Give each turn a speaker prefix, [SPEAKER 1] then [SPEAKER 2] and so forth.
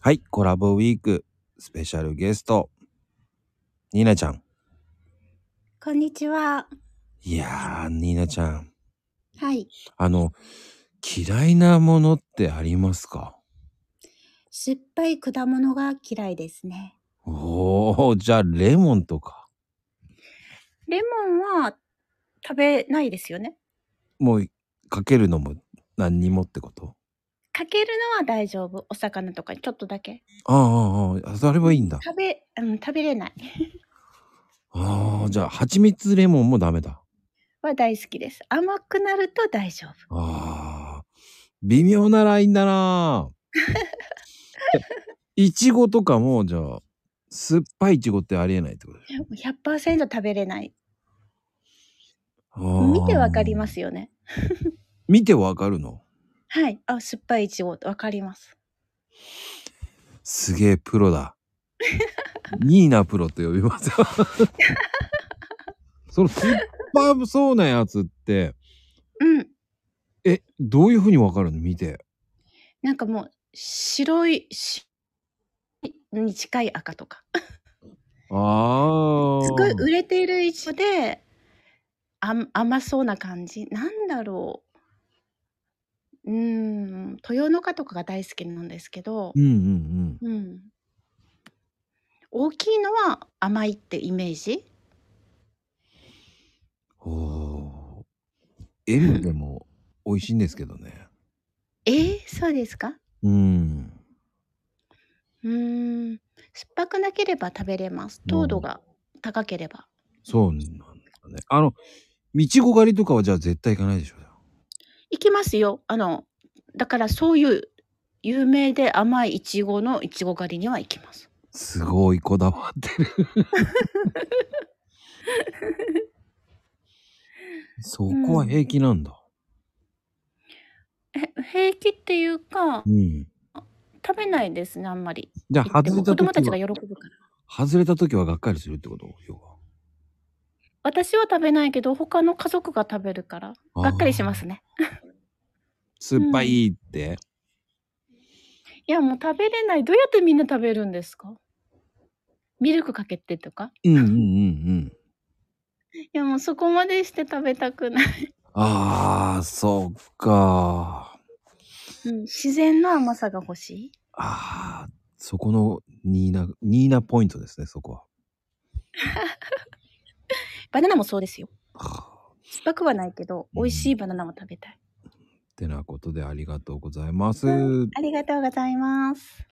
[SPEAKER 1] はい、コラボウィークスペシャルゲスト、ニーナちゃん。
[SPEAKER 2] こんにちは。
[SPEAKER 1] いやー、ニーナちゃん。
[SPEAKER 2] はい。
[SPEAKER 1] あの、嫌いなものってありますか
[SPEAKER 2] 酸っぱい果物が嫌いですね。
[SPEAKER 1] おー、じゃあレモンとか。
[SPEAKER 2] レモンは食べないですよね。
[SPEAKER 1] もう、かけるのも何にもってこと
[SPEAKER 2] かけるのは大丈夫。お魚とかにちょっとだけ。
[SPEAKER 1] ああああ、ああ、それはいいんだ。
[SPEAKER 2] 食べ、うん、食べれない。
[SPEAKER 1] ああ、じゃあ蜂蜜レモンもダメだ。
[SPEAKER 2] は大好きです。甘くなると大丈夫。
[SPEAKER 1] ああ、微妙なラインだなーえいちごとかも、じゃあ、酸っぱいいちごってありえないってことでしょ
[SPEAKER 2] 100%食べれない。
[SPEAKER 1] あー
[SPEAKER 2] 見てわかりますよね。
[SPEAKER 1] 見てわかるの
[SPEAKER 2] はい。あ、酸っぱいイチゴってわかります。
[SPEAKER 1] すげえプロ だニーナプロと呼びますその酸っぱそうなやつって
[SPEAKER 2] うん。
[SPEAKER 1] えどういうふうにわかるの見て
[SPEAKER 2] なんかもう、白い、しに近い赤とか。
[SPEAKER 1] ああ
[SPEAKER 2] すごい売れているイチゴであん甘そうな感じなんだろううーん豊の花とかが大好きなんですけど
[SPEAKER 1] う、んうん
[SPEAKER 2] うん、大きいのは甘いってイメージ
[SPEAKER 1] うんおー M でも美味しいんですけどね
[SPEAKER 2] えー、そうですか
[SPEAKER 1] うん
[SPEAKER 2] うーん酸っぱくなければ食べれます糖度が高ければ
[SPEAKER 1] そうなんだねあのいちご狩りとかはじゃあ絶対行かないでしょ
[SPEAKER 2] いきますよあのだからそういう有名で甘いイチゴのイチゴ狩りには行きます
[SPEAKER 1] すごいこだわってる。 そこは平気なんだ。
[SPEAKER 2] え平気っていうか
[SPEAKER 1] うん。
[SPEAKER 2] 食べないですねあんまり
[SPEAKER 1] じゃあ
[SPEAKER 2] 行って
[SPEAKER 1] 外れ
[SPEAKER 2] も子
[SPEAKER 1] た
[SPEAKER 2] 供たち
[SPEAKER 1] 時
[SPEAKER 2] が
[SPEAKER 1] は
[SPEAKER 2] 喜ぶから
[SPEAKER 1] 外れた時はがっかりするってこと要は。
[SPEAKER 2] 私は食べないけど他の家族が食べるから
[SPEAKER 1] あー
[SPEAKER 2] がっかりしますね
[SPEAKER 1] 酸っぱいって、
[SPEAKER 2] いやもう食べれないどうやってみんな食べるんですかミルクかけてとか
[SPEAKER 1] うん、うんうんうん。
[SPEAKER 2] いやもうそこまでして食べたくない、
[SPEAKER 1] ああ、そっか。
[SPEAKER 2] うん、自然の甘さが欲しい
[SPEAKER 1] ああ、そこのニーナ、ニーナポイントですね、そこは。
[SPEAKER 2] バナナもそうですよ
[SPEAKER 1] はあ
[SPEAKER 2] 酸っぱくはないけど美味しいバナナも食べたい
[SPEAKER 1] ってなことでありがとうございます。
[SPEAKER 2] うんありがとうございます